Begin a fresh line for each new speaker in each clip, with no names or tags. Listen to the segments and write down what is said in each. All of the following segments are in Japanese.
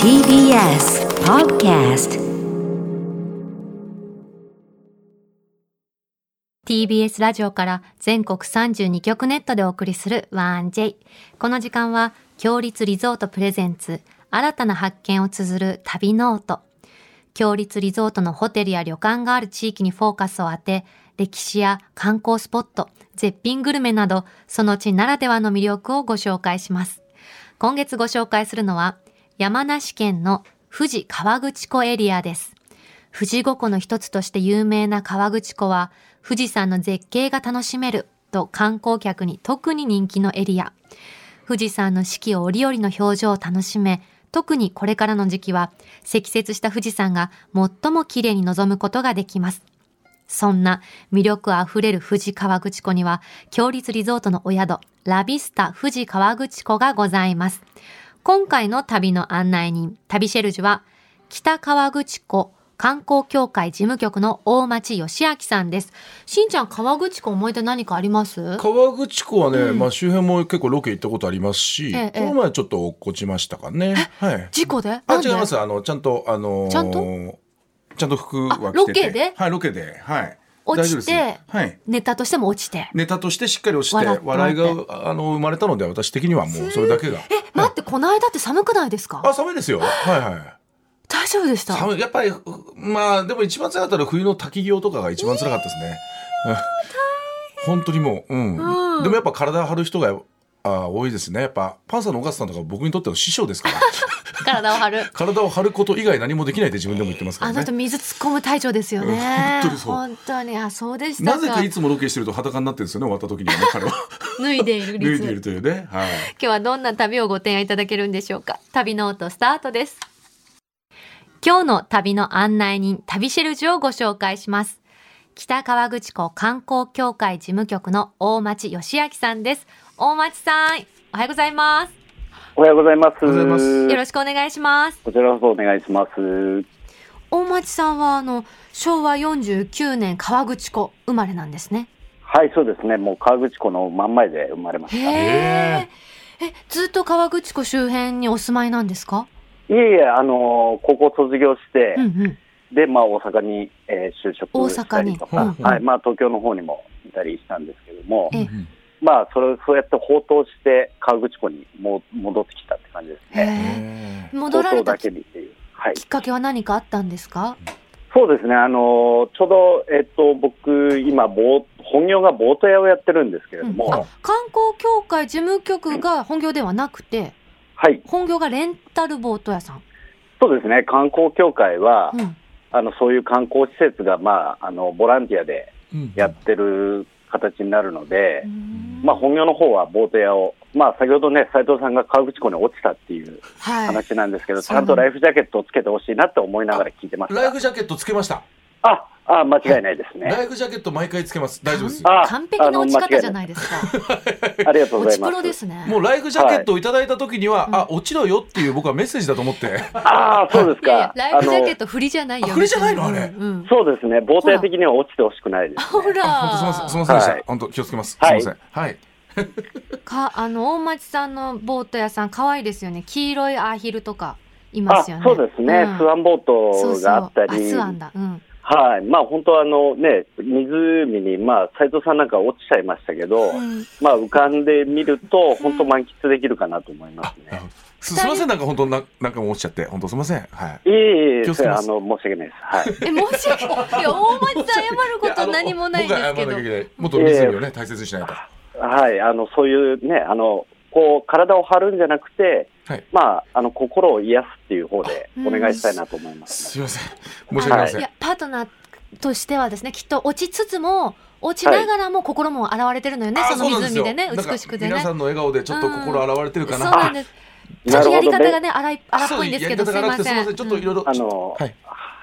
TBS Podcast
TBS ラジオから全国32局ネットでお送りする 1J。この時間は、強立リゾートプレゼンツ、新たな発見を綴る旅ノート。強立リゾートのホテルや旅館がある地域にフォーカスを当て、歴史や観光スポット、絶品グルメなど、その地ならではの魅力をご紹介します。今月ご紹介するのは、山梨県の富士河口湖エリアです。富士五湖の一つとして有名な河口湖は、富士山の絶景が楽しめると観光客に特に人気のエリア。富士山の四季折々の表情を楽しめ、特にこれからの時期は、積雪した富士山が最も綺麗に望むことができます。そんな魅力あふれる富士河口湖には、強立リゾートのお宿、ラビスタ富士河口湖がございます。今回の旅の案内人、旅シェルジュは、北河口湖観光協会事務局の大町義明さんです。しんちゃん、河口湖思い出何かあります
川口湖はね、まあ周辺も結構ロケ行ったことありますし、
ええ
この前ちょっと落っこちましたからね。はい。
事故で
あ
なん
違
で
います。あのちゃんとあのー
ちゃん
ちゃんと服
あ
は着
ロケ
てて
で
はいロケではい
落ちて
大丈夫ですねはい
ネタとしても落ちて。
ネタとしてしっかり落ちて
笑
笑
って
いがあの生まれたので私的にはもうそれだけが
え、待って、この間って寒くないですか
あ寒いですよはいはい
大丈夫でした。
寒いやっぱりうまあでも一番辛かったのは冬の滝行とかが一番辛かったですね、うん 本当にもう、うん
うん
でもやっぱ体張る人があ多いですねやっぱパンサーの尾形さんとか僕にとっての師匠です から
体を張る。
体を張ること以外何もできないって自分でも言ってますか
あ
ら
の人
ね
水突っ込む隊長ですよね。
うん本当にそう
本当に、あ、そうでした
な
か。
ぜかいつもロケしてると裸になってるんですよね終わった時にはね 彼は
脱いでいる率。
脱いでいる
今
というね はい
日はどんな旅をご提案いただけるんでしょうか。旅ノートスタートです。今日の旅の案内人、旅シェルジュをご紹介します。北川口湖観光協会事務局の大町義明さんです。大町さん、おはようございます。
おはようございます。
おはようございます
よろしくお願いします。
こちらこそお願いします。
大町さんはあの昭和49年川口湖生まれなんですね。
はい、そうですね。もう河口湖の真ん前で生まれまし
へ
た。い
え。え、ずっと川口湖周辺にお住まいなんですか。
えいえ、あのー高校卒業して、
うんうん。
で、まあ、大阪に、えー就職したりと
大阪
か
に、
はい、まあ、東京の方にもいたりしたんですけども
え、
まあ、それ、そうやって放蕩して、河口湖にも戻ってきたって感じですね。
へ
へ
え。
放
戻られ
蕩
た
だ
き
け
き
にっていう。はい。
っかけは何かあったんですか。
そうですね。あのーちょうど、えっと、僕、今、ボー本業がボート屋をやってるんですけれども、
うんあ観光協会事務局が本業ではなくて、
はい。
本業がレンタルボート屋さん。
そうですね。観光協会は、
うん。
あのそういう観光施設が、まあ、あのボランティアで
うん
やってる形になるので、
うん
まあ、本業の方はボート屋を、まあ、先ほどね、斉藤さんが河口湖に落ちたっていう
はい。
話なんですけど、
はい
ちゃんとライフジャケットをつけてほしいなって思いながら聞いてまし
ライ
た。
フジャケットつけました
ああ、間違いないです
ラ
ね。
イフジャケット毎回つけます大丈夫です
あ
完璧な落ち方じゃないですか。
ありがとうご
落
ざ
ち
い
プ
ま
ロ
す。
ですね。
もうライフジャケットをいただいた時には、あ落ちろよっていう僕はメッセージだと思って
ああ、そうです
いやいや
か。
ライフジャケッ
あ
ト振りじゃないよ。
あ振りじゃないのあれ
うんうん
のそうですね、ボート屋的には落ちてほしくないです、
ほ
ね。
本当すみませ
ら
ん、すみませんでした。
はい
本当気をつけます。
はい
すみません。はい。
かあの大町さんのボート屋さん可愛いですよね黄色いアヒルとかい
あ
ますよね
そうですね、
ん
スワンボ
そ
ー
う
ト
そう
があったり、
あスワンだうん
はい、まあ本当はあのね、湖に、まあ斉藤さんなんか落ちちゃいましたけど、
うん
まあ浮かんでみると、本当満喫できるかなと思いますね。
すすみません、なんか本当ななんかもう落ちちゃって、本当すみません。はい。
いえいえ、
気をつけ
あ
ま
の
す
申し訳ないです。はい。
えもしいや大町さん謝ること何もないんですけ
いやあの僕は謝らなきゃ
ど
いけないもっと湖をね、大切にしないと。
はい、あのそういうね、あのこう体を張るんじゃなくて、
はい
まああの心を癒すっていう方で
うん
お願いしたいなと思います。
すみません。申し訳ありません。
いやパートナーとしてはですねきっと落ちつつも落ちながらも心も洗われてるのよね、
あ
その
うなんす
湖
よ
でね
なんか
美しくて
皆
ね
さんの笑顔でちょっと心洗われてる
そ
か
う
な。
なんですちょ
な
っ
る
と
ほ
や
ど
り
ね
方がね荒い荒っぽいんですけど
そ
す
う
いう
やり
ま
方が
せん
なくてすみません。ちょっといろいろ。
あの
はい。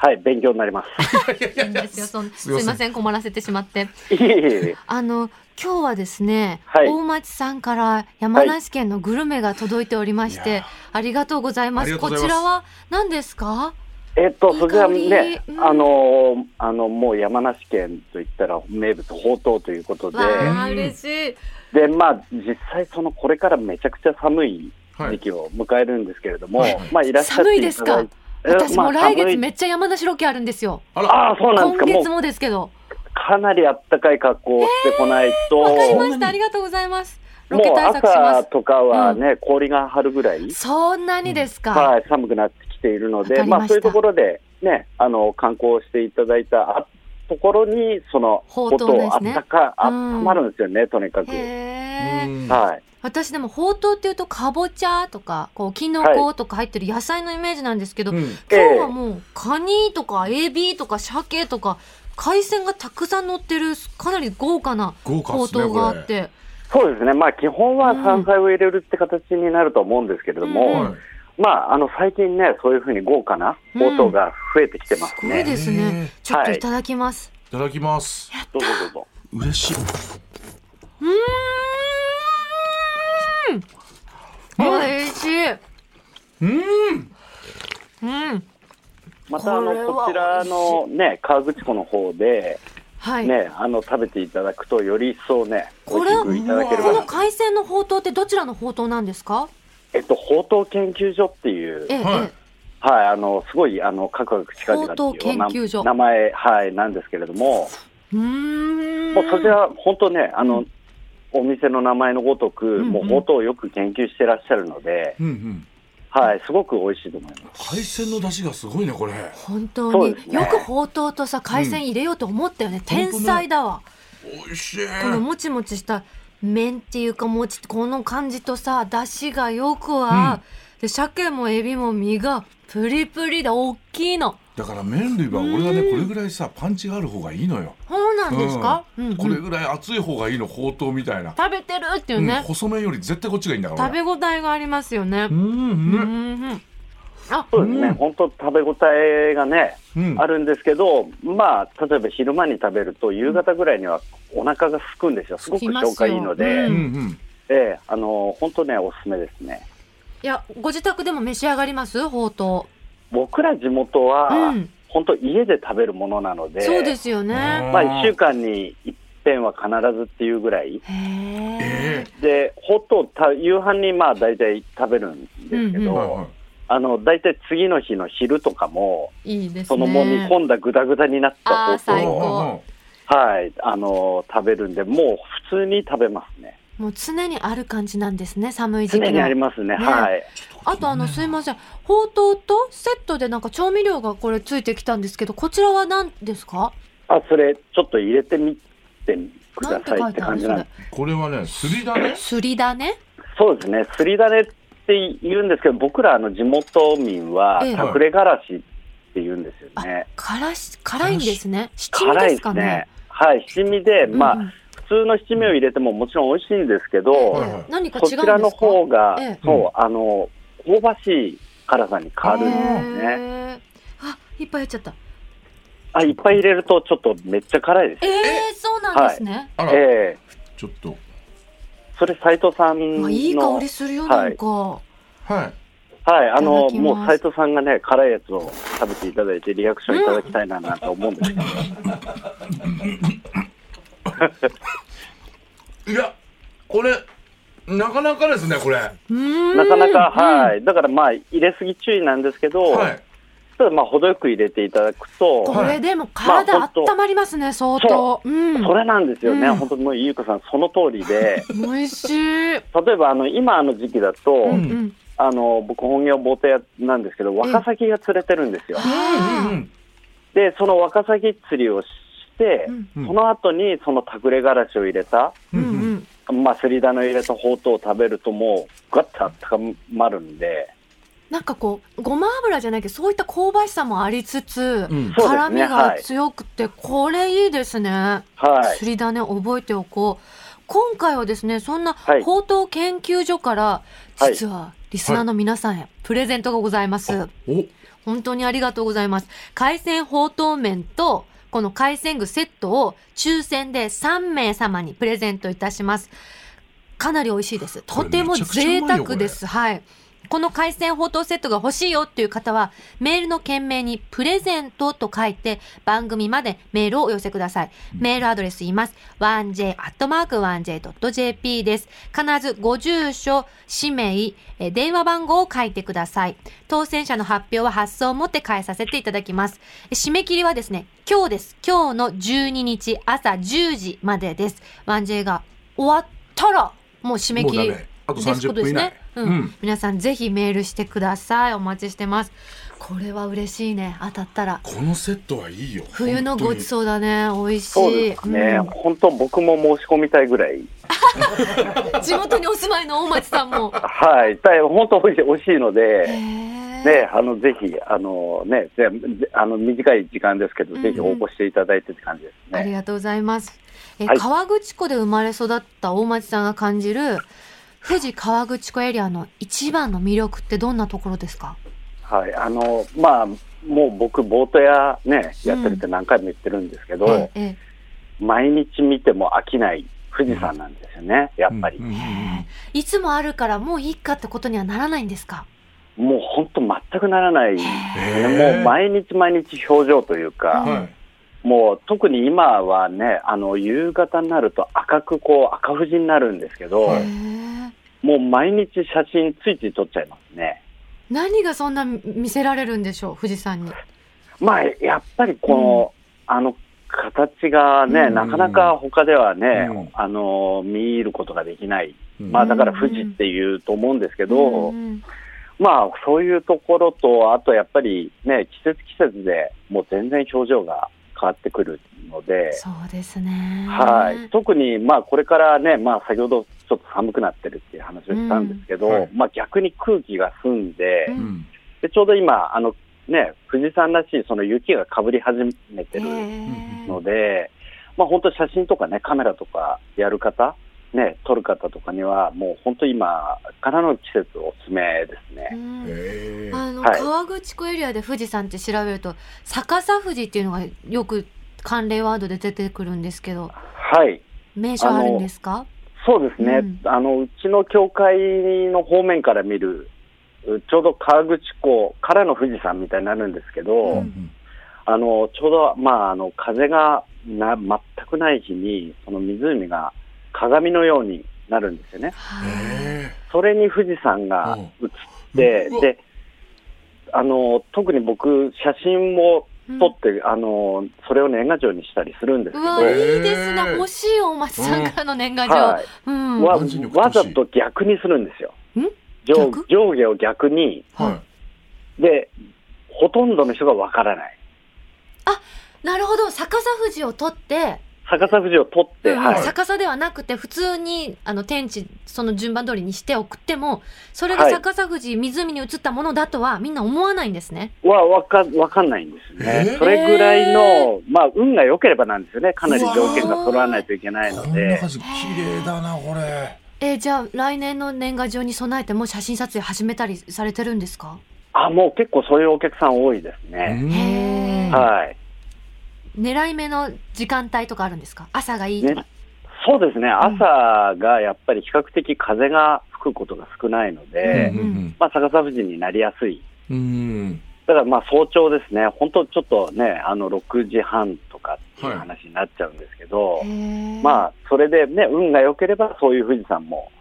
はい、勉強になります。
うんいいんですよそんす
いませ
い
ん
ません困らせてしまって
いえいえいえ、
あの今日はですね、
はい
大町さんから山梨県のグルメが届いておりまし
い
て、
やー
ありがとうございま
あり
す。
がとう
こ
ござ
ち
います
らは何ですか？
えっと
いい香り
それはね、
うん
あのあのもう山梨県といったら名物ほうとうということで、
わあ
うん
嬉しい。
でまあ実際そのこれからめちゃくちゃ寒い
はい
時期を迎えるんですけれども、
はい
まあいらっしゃって
寒いですか
いただい
私
て
も来月め
っち
っちゃ山梨ロケあるんですよ。
あ
ゃ
ら
ああ、そうなんです
今
か。もう
月もですけど。
かなりあったかい格好をしてこないと、
わかりま
そ
し
ん
た。
なに
ありがとうございます。ロ
も
ケ
う
対策しま
朝
す。
とかはね、氷が張るぐらい、
そんなにですか。
はい、寒くなってきているの
わかり
で、
ました
まあそういうところでね、あの観光していただいたあところにその
ほう
こと
う
と
です
あっ
ね
たか、あっ
うん
まるんですよね、とにかく。
へえ。
うん
はい。
私でもほうとうっていうとかぼちゃとかこうきのこうとか入ってる野菜のイメージなんですけど、
うん
今日はもうカニとかエビとか鮭とか海鮮がたくさん乗ってるかなり豪華な
豪華
ほう
ですね
とうがあっ
これ。
て、
そうですね。まあ基本は山菜を入れるって形になると思うんですけれど
うん
も、
うん
はい
まああの最近ね、そういうふうに豪華な
うん
応答が増えてきてます
すごい
ね。
です
へ
ね
え
ちょっといただきます、
いただきます。
どうぞどうぞ。
嬉しい。
美味しい
うん。
うん
またあ
これは
のこちらのね河口湖の方で
はい、
ねあの食べていただくとより一層ね美
これ
味しくいただけれ
この
ば
海鮮のほうとうってどちらのほうとうなんですか
えっとほうとう研究所っていう
ええ、
はい
ええ
はいあのすごいあのカクカク近々って
ほうとう
い
研
うな
究所
名前はいなんですけれども
うーん
もうそちら本当ねあのお店の名前のごとく、
うん
もうほうとうをよく研究してらっしゃるので、
うんうん。
はい、すごく美味しいと思います。
海鮮の出汁がすごいねこれ。
本当
そう
に、
ですね
よくほうとうとさ海鮮入れようと思ったよね、天才だわ
美味しい。
このもちもちした麺っていうかもちこの感じとさ出汁がよく合う、で鮭もエビも身がプリプリで大きいの
だから麺類は俺はねこれぐらいさパンチがある方がいいのよ。
そうなんですか、うんうん
これぐらい熱い方がいいのほうとうみたいな。
食べてるっていう
うん
ね、
細麺より絶対こっちがいいんだから。
食べ応えがありますよね
俺。うん
う
うん
んうんあ
そうですね、
うん
本当食べ応えがね、
うん
あるんですけど、まあ、例えば昼間に食べると、夕方ぐらいにはお腹が空くんですよ。すごく消化いいの
空きますよう
で、
うんん
ええあの、本当ね、おすすめですね。
いやご自宅でも召し上がりますほうと
僕ら地元は、
うん
本当家で食べるものなの
う、
で、
そうですよね
あ
まあ、1週間に一遍は必ずっていうぐらい。
へえ
え
で、ほっとた夕飯にまあ大体食べるんですけど、
うん
えはいはい。
あの、大体次の日の昼とかも、
いいですね
そのもう煮込んだぐだぐだになった
あー
ほうと
最
う
高
を
うん
はい、あの食べるんで、もう普通に食べますね。
もう常にある感じなんですね寒い時
常
期
に
の
ありますね。
ね
はい。
あとあのすいませんほうとうとセットでなんか調味料がこれついてきたんですけどこちらは何ですか
あ、それちょっと入れてみてく
な
だ
んて書
さい
い
って
てあ
感
る
じ
そ
なん
れ
です。
これはねすりだね。
すりだね
そうですね。すりだれって言うんですけど、僕らあの地元民は
ええ
隠れがらしって言うんですよ
あ
ね。
辛し辛いんですね七味
辛
で
い
す
で
か
す
ね
ね。はい、七味で、まあ、
うんうん
普通の七味を入れてももちろん美味しいんですけど、
はいはい
何か違うん
こ
です
ち
から
の方が、
ええ
そう、あの、香ばしい辛さに変わるんですね。
へーあいっぱいやっちゃった
あ、いっぱい入れるとちょっとめっちゃ辛いです。
ええそうなんですね
あら
ええ
ちょっと
それ斉藤さん
う
の
わいい香りするよなんか
はい。
はい、あ
いただ
の
きます
もう斉藤さんがね辛いやつを食べていただいてリアクションいただきたいななんて思うんですけど、
いやこれなかなかですねこれ。は
な
な
かなかはいだからまあ入れすぎ注意なんですけど、
い。
ただまあ程よく入れていただくと、
これでも体
まあほんと
温まりますね相当うん
それなんですよね、
うん
本当にもうゆうこさんその通 りで
美味しい
例えばあの今あの時期だと、
うんん
あの僕本業ボート屋なんですけどワカサギが釣れてるんですよ、
あ
う
ー
ん
でそのワカサギ釣りをして、
うん
うん
その後にその隠れがらしを入れた
う
うんん
う
うん
ん
まあ、すりだの入れたほうとうを食べるともうガッと温まるんで
なんかこうごま油じゃないけどそういった香ばしさもありつつ、
うん
そうです
辛み
ね
が
はい
強くて、これいいですね。
はい
すりだね覚えておこう。今回はですねそんな
はい
高等研究所から、
はい
実はリスナーの皆さんへプレゼントがございます。
お
本当にありがとうございます。海鮮ほうとう麺と、この海鮮具セットを抽選で3名様にプレゼントいたします。かなり美味しいです。と
これ
ても
めちゃくちゃ
贅
うまいよ
沢です。はい。この海鮮ほうとうセットが欲しいよっていう方は、メールの件名にプレゼントと書いて、番組までメールをお寄せください。メールアドレス言います。1j.1j.jp です。必ずご住所、氏名、えー電話番号を書いてください。当選者の発表は発送をもって返させていただきます。え締め切りはですね、今日です。今日の12日朝10時までです。1J が終わったら、もう締め切
もう
り
ダメあ
で
と
すって
30
ことで
分
す
以内
ね。うん
うん
皆さんぜひメールしてください。お待ちしてます。これは嬉しいね。当たったら。
このセットはいいよ
冬のごちそうだね。美味しい。
そうですね、
うん
本当、僕も申し込みたいぐらい、
地元にお住まいの大町さん も。
はい、大変本当、美味しい美味しいの
へ
で、
ー
ね、あのぜひあの、ねぜぜあの、短い時間ですけど、
うん
ぜひ応募していただいてって感じです
あり
ね。
がとうございます。え、
はい
川口湖で生まれ育った大町さんが感じる富士河口湖エリアの一番の魅力ってどんなところですか。
はい、あのまあもう僕、ボート屋、ね、やってるって何回も言ってるんですけど、
はい
え、
毎日見ても飽きない富士山なんですよね、やっぱり。
うんうんうん
いつもあるからもういいかってことにはならないんですか。
もう本当、全くならない、
へー
もう毎日毎日表情というか、
はい
もう特に今はね、あの夕方になると赤くこう赤富士になるんですけど、
は
へ
い
ー
もう毎日写真ついつい撮っちゃいますね。
何がそんな見せられるんでしょう富士山に。
まあやっぱりこの、あの形がね、
うん
なかなか他ではね、
うん
あの見ることができない、
うん
まあだから富士っていうと思うんですけど、
うんうん
まあそういうところと、あとやっぱりね、季節季節でもう全然表情が変わってくるので、
そうですね。
はい、特にまあこれからね、まあ、先ほどちょっと寒くなってるっていう話をしたんですけど、
うんはい
まあ、逆に空気が澄んで、
う
うん
でちょうど今あの、ね、富士山らしいその雪がかぶり始めて
へ
る
ー
ので、まあ、本当、写真とかね、カメラとかやる方、ね、撮る方とかには、もう本当、今からの季節、おすすめですね。
うん
へー
あの、
はい
川口湖エリアで富士山って調べると逆さ富士っていうのがよく関連ワードで出てくるんですけど
はい
名所あるんですか
そうですね、
うん
あのうちの教会の方面から見る、うちょうど河口湖からの富士山みたいになるんですけど、
う
うんん
あのちょうど、まあ、あの風がな全くない日に、その湖が鏡のようになるんですよね、
はい
へ
それに富士山が映って、
うんうわ
であの特に僕、写真を撮って、あの、それを年賀状にしたりするんですけ
う
ど。
わ
へ
い
ー
いですね欲しい大町さんからの年賀
は
状
い、
うん
わ
何時に送って
わ
ほしい
ざと逆にするんですよ。
ん
上
逆
上下を逆に、
ーはい
で、ほとんどの人がわからない。
なるほど逆さ富士を取って、
逆さ富士を取って、
うん
はい、
逆さではなくて普通にあの天地その順番通りにして送ってもそれが逆さ富士、湖に映ったものだとはみんな思わないんですね
はわかわかんないんですよね、
えー
それぐらい
え
の、まあ、運が良ければなんですよね、かなり条件が揃わないといけない
こ
の
んな
で、
感じ綺麗だなこれ
えーじゃあ来年の年賀状に備えてもう写真撮影始めたりされてるんですか
あもう結構そういうお客さん多いですね。
へー
はい
狙い目の時間帯とかあるんですか朝がいいとか、
ねそうですね、朝がやっぱり比較的風が吹くことが少ないので、
うんうん
まあ、逆さ富士になりやすい
うん
だからまあ早朝ですね、本当ちょっとね、あの6時半とかっていう話になっちゃうんですけど、ま
あ
あそれでね、運が良ければそういう富士山も、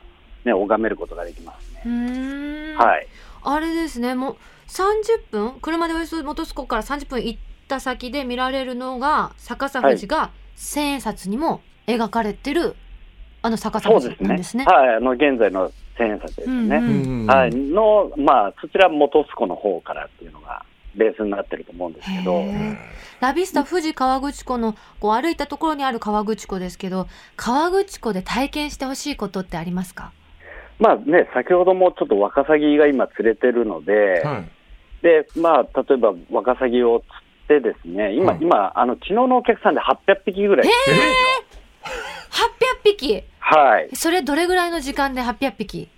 ね、拝めることができますね。
うーん、
はい、
あれですねもう30分車でおよそ本栖湖から30分行った先で見られるのが逆さ富士が千円札にも描かれてるあの逆さ
そ
富
うで
士
す
なん
ね。
ですね。
はい、あの現在の千円札ですね。
うん
うん
はい、の、まあそちら元栖湖の方からっていうのがベースになってると思うんですけど
へ、ーラビスタ富士河口湖のこう歩いたところにある河口湖ですけど河口湖で体験してほしいことってありますか
まあね、先ほどもちょっとワカサギが今釣れてるので、
はい
で、まあ、例えばワカサギを釣ってですね、今、
うん
今、あの、昨日のお客さんで800匹ぐらい。
800匹
はい。
それどれぐらいの時間で800匹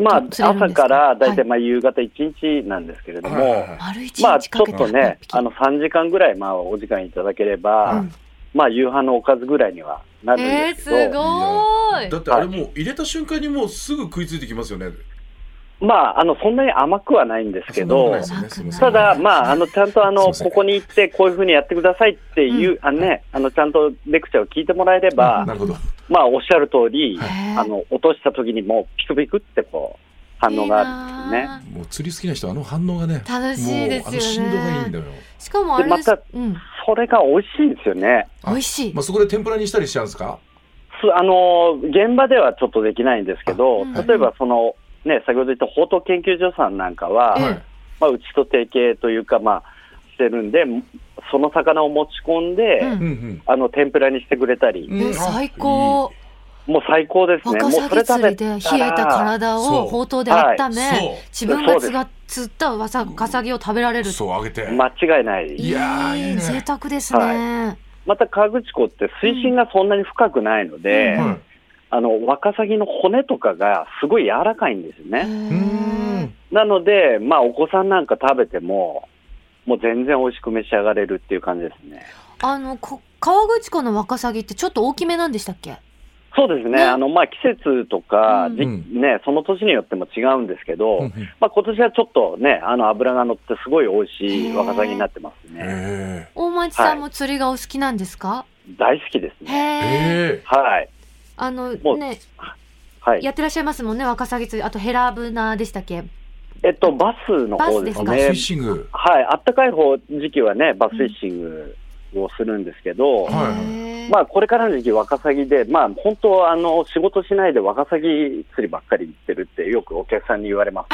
まあ、
釣れるんで
朝
すか
からだい
は
た
い
いまあ夕方1日なんですけれども、
も
丸一
まあ、
日
ち
か
ょっ
けて
と
800
ね、
匹、
あの、3時間ぐらい、まあ、お時間いただければ、
うん
まあ、夕飯のおかずぐらいにはなるん
えー、
です
す
けど、
ごーい
だってあれもう入れた瞬間にもうすぐ食いついてきますよね
まあ、あの、そんなに甘くはないんですけ
そんなこと
ど
ないで、すよねすいません
ただ、まあ、あの、ちゃんとあ
すい
の、
ません
ここに行って、こういうふうにやってくださいっていう、あのね、あの、ちゃんとレクチャーを聞いてもらえれば、
なるほど。
まあ、おっしゃる通り、
へー
あの、落とした時にもう、ピクピクってこう、反応があるんですよ
いい
ね。
な
もう釣り好きな人はあの反応がね、
楽しいですよね
もうあの振動がいいんだよ。
あしかもあれです
でまた
うん、
それが美味しいんですよね。
美味しい
まあそこで天ぷらにしたりしちゃうんですか。
すあの現場ではちょっとできないんですけど、
うん
例えばその、ね、先ほど言った報道研究所さんなんかは、
ええ
はい。
まあ、うちと提携というか、まあ、してるんで、その魚を持ち込んで、
うん
うん
あの天ぷらにしてくれたり、
うん。う
え
ん
最。高
もう最高ですね、
ワカ
もう
サ
そ
ギ
れ
釣り
食べ
で冷え
た
た
ら、
体
そ
を
う
ほうとうで温め、
はい
自分が
そ
つ
う
が釣ったワサカサギを食べられ
い
る
いそうあげて。
間違いない、
いやーいいね
贅沢ですね、
また河口湖って水深がそんなに深くないので、
うん
はい。
あのワカサギの骨とかがすごい柔らかいんですよ
へ
ね。
うー
ー
ん。
なので、まあ、お子さんなんか食べても、もう全然美味しく召し上がれるっていう感じですね。
あのこ川口湖のワカサギってちょっと大きめなんでしたっけ
そうですね、
ね
あのまあ季節とか、
うん
じね、その年によっても違うんですけど、
うんうん
まあ今年はちょっとね、あの脂が乗って、すごい美味し
へ
い
ー
ワカサギになってますね、
え
大町さんも釣りがお好きなんですか、
大好きです
へ
ね。
え。
え
ええ。
はい、
あの
もう
ね
はい、
やってらっしゃいますもんねワカサギ釣りあとヘラブナでしたっけ
えっと、バスの方です
あ
ね、
バスフィッシング。
はい、あったかい方時期はね、バスフィッシングをするんですけど、
はいはい
へー
まあこれからの時期、ワカサギで、まあ本当はあの、仕事しないでワカサギ釣りばっかり行ってるって、よくお客さんに言われま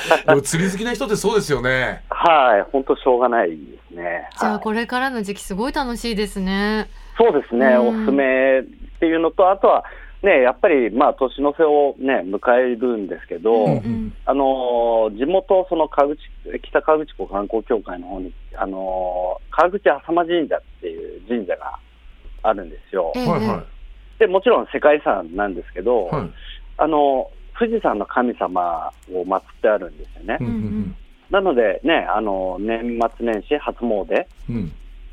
す。
でも釣り好きな人ってそうですよね。
はい、本当しょうがないですね。
じゃ
は
あ
い
これからの時期すごい楽しいですね。
そうですね、
うん
おすすめっていうのと、あとは、ね、やっぱり、まあ、年の瀬を、ね、迎えるんですけど、
うん
あのー地元、その川口北河口湖観光協会の方に、あのー川口浅間神社っていう神社があるんですよ
え。え
はいは
でもちろん世界遺産なんですけど、
い。はい。
あのー富士山の神様を祀ってあるんですよね。
うんうん
なので、ね、あのー年末年始初詣、
うん。うん。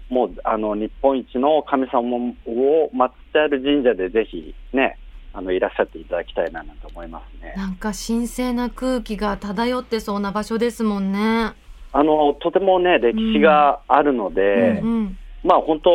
もうあの日本一の神様を祀ってある神社でぜひね、あのいらっしゃっていただきたいななんて思いますね。
なんか神聖な空気が漂ってそうな場所ですもんね。
あのとてもね歴史があるので、
うん、
まあ本当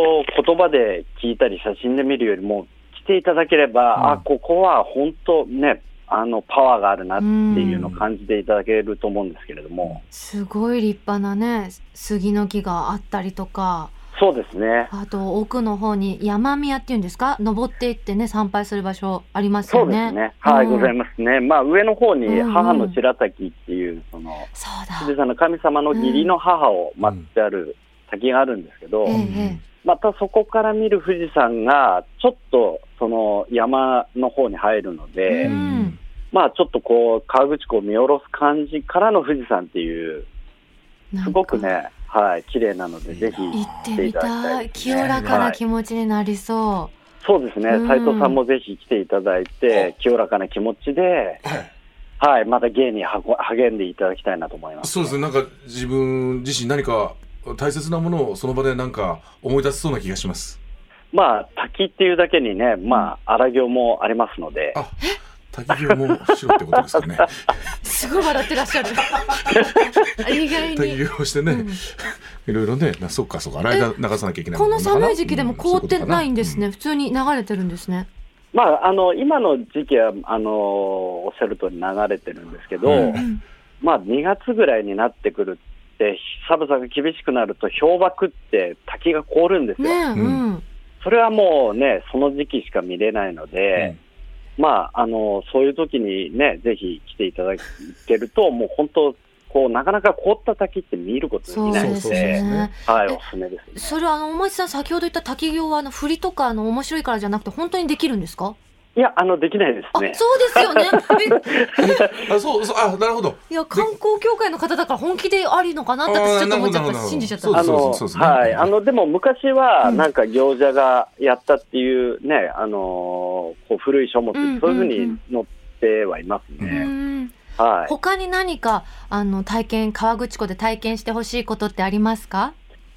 言葉で聞いたり写真で見るよりも来ていただければ、
うん
あここは本当ねあのパワーがあるなっていうのを感じていただけると思うんですけれども、
すごい立派なね杉の木があったりとか
そうですね。
あと奥の方に山宮っていうんですか登っていってね参拝する場所あります
そ
よ
うです
ね。
ね。はい、ござい
ま
ますね。まあ、上の方
うん
に
うん
母の白滝っていう、その、
す。そうだ。
富士山の神様の義理の母を祀ってある滝があるんですけど、
えええ
またそこから見る富士山がちょっとその山の方に入るので、
う
うんん。
まあちょっとこう川口湖を見下ろす感じからの富士山っていう
えなんか
すごくねはい綺麗なのでぜひ
行
来
ってて
い
み
ただきた
た
い
い
です
清
ね
らかな
はい
気持ちになりそう。
そうですね
うん
斉藤さんもぜひ来ていただいて清らかな気持ちで
はい。
はいまた芸にはこ励んでいただきたいなと思います
そうですね。なんか自分自身何か大切なものをその場でなんか思い出せそうな気がし ます。
まあ滝っていうだけにねまあ荒行もありますので
あ、滝行もしろってことです かね。
すごい笑ってらっ しゃる。意外
滝
に。
行をしてね、
うん
いろいろね、なそうかそうか、洗い流さなきゃいけない
こ
もん
の
ね
寒い時期でも
うん
凍ってないんですね。
そういう
普通に流れてるんですね。
まあ、あの今の時期はあのおっしゃる通り流れてるんですけど、
うん
まあ、2月ぐらいになってくるって寒さが厳しくなると氷瀑って滝が凍るんです
ね
よ、
え、うん。
それはもうねその時期しか見れないので、まあ、あのそういう時にねぜひ来ていただけるともう本当こうなかなか凍った滝って見ることで
そう
きない
で
の
す
そうで
で。
す
ね
ね。
はい、
え
おすすめですね。
それあの大町さん先ほど言った滝行はあの振りとかあの面白いからじゃなくて本当にできるんですか？
いや、あの、できないで
あ、
すね。
そうですよね。 え
あ、そう、そう、あ、なるほど。
いや観光協会の方だから本気でありのかなって私ちょっと思っちゃっ
あーなるほどなる
た
ほど
信じちゃった。
そう
あ
です
の
そうですね
はい、あのでも昔は
うん
なんか行者がやったっていうね、あのーこう古い書物、
うん
そういうふう
うんう
に
ん
載ってはいます
う
ね。
ん
はい、
他に何かあの体験川口湖で体験してほしいことってありますか？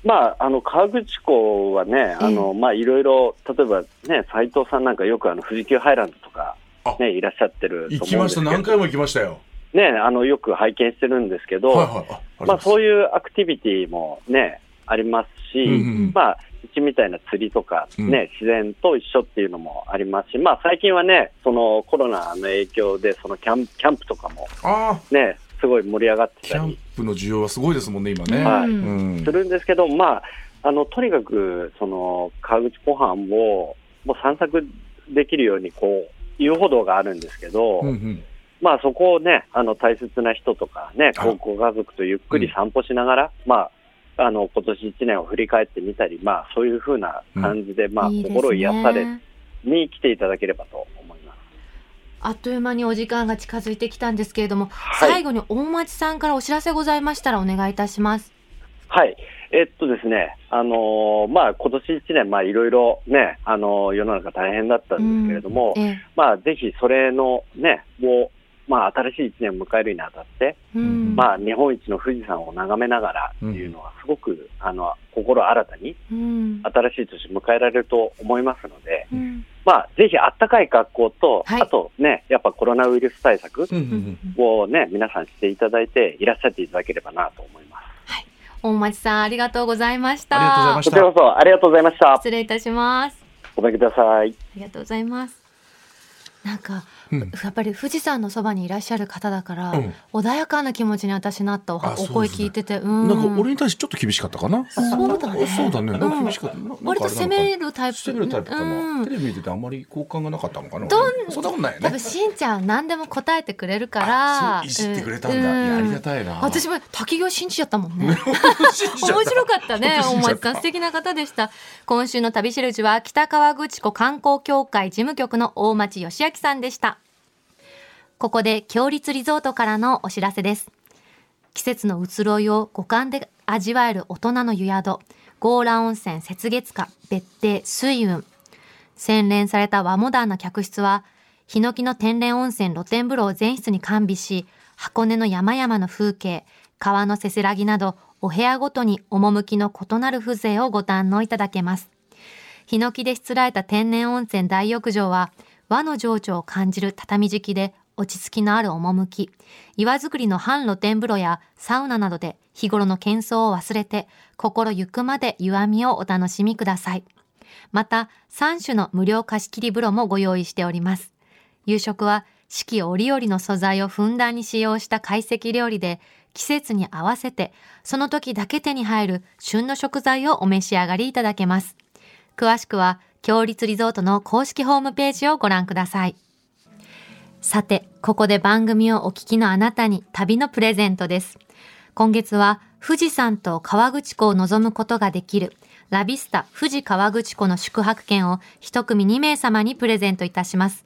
まああの河口湖はね、あのまあいろいろ例えばね斉藤さんなんかよくあの富士急ハイランドとか
あ
ね、いらっしゃってると思うんです
行
けど
きました。何回も行きましたよ。
ね、あの、よく拝見してるんですけど、
はいはい。ああり
まあ、
す
そういうアクティビティもね、ありますし、
うんうん
まあ、うちみたいな釣りとか、
う
ね、
ん
自然と一緒っていうのもありますし、まあ、最近はね、そのコロナの影響で、そのキャンプ、キャンプとかも
ああ、
ね、すごい盛り上がって
キ
た
ャン
り
プの需要はすごいですもんね、今
う
ね。
は
うんん
す。るんですけど、まあ、あの、とにかく、その、川口湖畔を、もう散策できるように、こう、遊歩道があるんですけど、
うんうん
まあそこをね、あの大切な人とかね、
はい
高校家族とゆっくり散歩しながら、まあ、あの、今年一年を振り返ってみたり、まあそういうふうな感じで、まあ
いいですね
心を癒されに来ていただければと思います。
あっという間にお時間が近づいてきたんですけれども、
はい
最後に大町さんからお知らせございましたらお願いいたします。
はい。えっとですね、あのーまあ今年一年、まあいろいろね、あのー世の中大変だったんですけれども、
ええ
まあぜひそれのね、を、まあ新しい一年を迎えるにあたって、
うん
まあ、日本一の富士山を眺めながらっていうのは、すごく、あの心新たに
うん
新しい年迎えられると思いますので、
うん
まあ、ぜひあったかい格好と、
はい
あとね、やっぱコロナウイルス対策
うんうん
う
うん
ん
をね、皆さんしていただいて、いらっしゃっていただければなと思いま
大町さんありがとうございました。
ありがとうございまし
す。こ
た
ちらこそありがとうございました。
失礼いたします。
ごめんください。
ありがとうございます。なんか、
うん
やっぱり富士山のそばにいらっしゃる方だから、
うん
穏やかな気持ちに私なったおは
あ
お
そう
声
ですね
聞いてて、う
なん
ん
か俺に対してちょっと厳しかったかな。
そうだね
そうだね。なん
う
か
ん
厳しかった。ななんかあれな
割
のか
と
な
攻めるタイプ
攻めるタイプか
う
な。
ん
テレビ見ててあんまり好感がなかったのかな。
どん
そんなことないよ
多分
ね。
しんちゃん何でも答えてくれるから
あそういじってくれたんだ。い
うん
やありがたいな。
私も滝行信じちゃったもんね
信じちゃった
面白かった ね大
本当信じちゃ
町
った
さん素敵な方でした今週の旅しるじは北川口湖観光協会事務局の大町義明さんでしたここで強立リゾートからのお知らせです季節の移ろいを五感で味わえる大人の湯宿強羅温泉雪月花別邸水雲洗練された和モダンな客室は、ヒノキの天然温泉露天風呂を全室に完備し、箱根の山々の風景、川のせせらぎなど、お部屋ごとに趣の異なる風情をご堪能いただけます。ヒノキでしつらえた天然温泉大浴場は、和の情緒を感じる畳敷きで、落ち着きのある趣。岩作りの半露天風呂やサウナなどで、日頃の喧騒を忘れて、心ゆくまで湯あみをお楽しみください。また3種の無料貸し切り風呂もご用意しております夕食は四季折々の素材をふんだんに使用した懐石料理で季節に合わせてその時だけ手に入る旬の食材をお召し上がりいただけます詳しくは強立リゾートの公式ホームページをご覧くださいさてここで番組をお聞きのあなたに旅のプレゼントです今月は富士山と河口湖を望むことができるラビスタ富士河口湖の宿泊券を一組2名様にプレゼントいたします。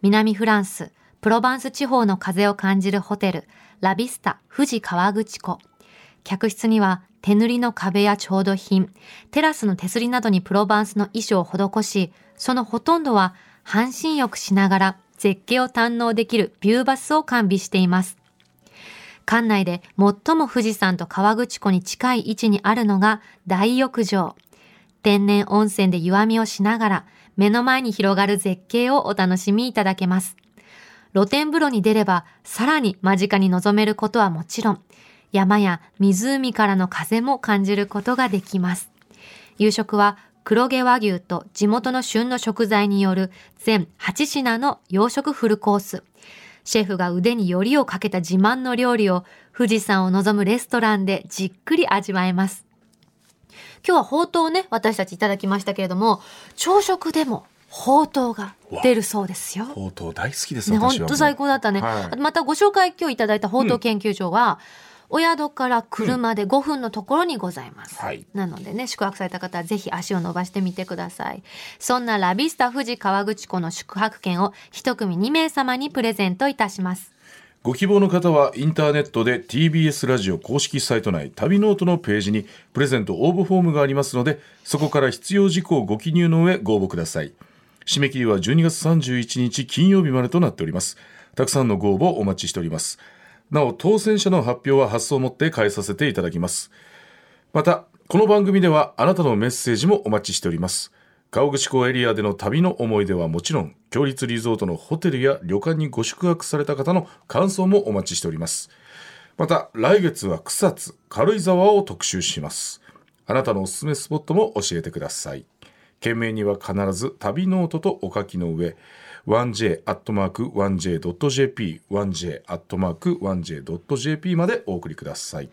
南フランス、プロバンス地方の風を感じるホテル、ラビスタ富士河口湖。客室には手塗りの壁や調度品、テラスの手すりなどにプロバンスの衣装を施し、そのほとんどは半身浴しながら絶景を堪能できるビューバスを完備しています。館内で最も富士山と河口湖に近い位置にあるのが大浴場。天然温泉で湯あみをしながら、目の前に広がる絶景をお楽しみいただけます。露天風呂に出れば、さらに間近に望めることはもちろん、山や湖からの風も感じることができます。夕食は黒毛和牛と地元の旬の食材による全8品の洋食フルコース。シェフが腕によりをかけた自慢の料理を富士山を望むレストランでじっくり味わえます。今日はほうとうをね、私たちいただきましたけれども、朝食でもほうとうが出るそうですよ。
ほうとう大好きです。
ね、本
私はもう
当最高だったね、
はい
またご紹介今日いただいた報道研究所は、お宿から車で5分のところにございます、
はい
なのでね宿泊された方はぜひ足を伸ばしてみてくださいそんなラビスタ富士河口湖の宿泊券を一組2名様にプレゼントいたします
ご希望の方はインターネットで TBS ラジオ公式サイト内旅ノートのページにプレゼント応募フォームがありますのでそこから必要事項をご記入の上ご応募ください締め切りは12月31日金曜日までとなっておりますたくさんのご応募お待ちしておりますなお当選者の発表は発送をもって返させていただきますまたこの番組ではあなたのメッセージもお待ちしております川口湖エリアでの旅の思い出はもちろん強立リゾートのホテルや旅館にご宿泊された方の感想もお待ちしておりますまた来月は草津軽井沢を特集しますあなたのおすすめスポットも教えてください件名には必ず旅ノートとお書きの上 1j.1j.jp 1j.1j.jp までお送りください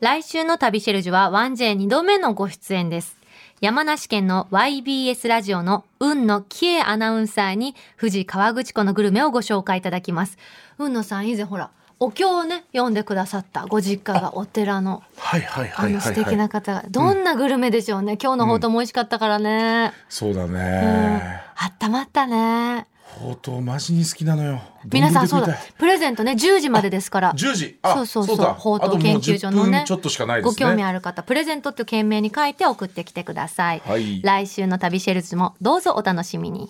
来週の旅シェルジュは 1J2 度目のご出演です。山梨県の YBS ラジオの雲野喜恵アナウンサーに富士河口湖のグルメをご紹介いただきます。雲野さん以前ほら、お経をね、読んでくださったご実家がお寺の
はいはい
あの素敵な方が、どんなグルメでしょうね。今日のほうとうも美味しかったからね。
そうだ
うん、
ね、
あったまったね。
ほうとうマジに好きなのよ
皆さんそう
丼で
だ
食いたい、
プレゼントね、10時までですから。
10時あ
そうそうそう
だ
ほうとう
あとも
研究所のね
10分ちょっとしかないです
ご
ね
興味ある方、プレゼントって件名に書いて送ってきてください。
はい
来週の旅シェルズもどうぞお楽しみに。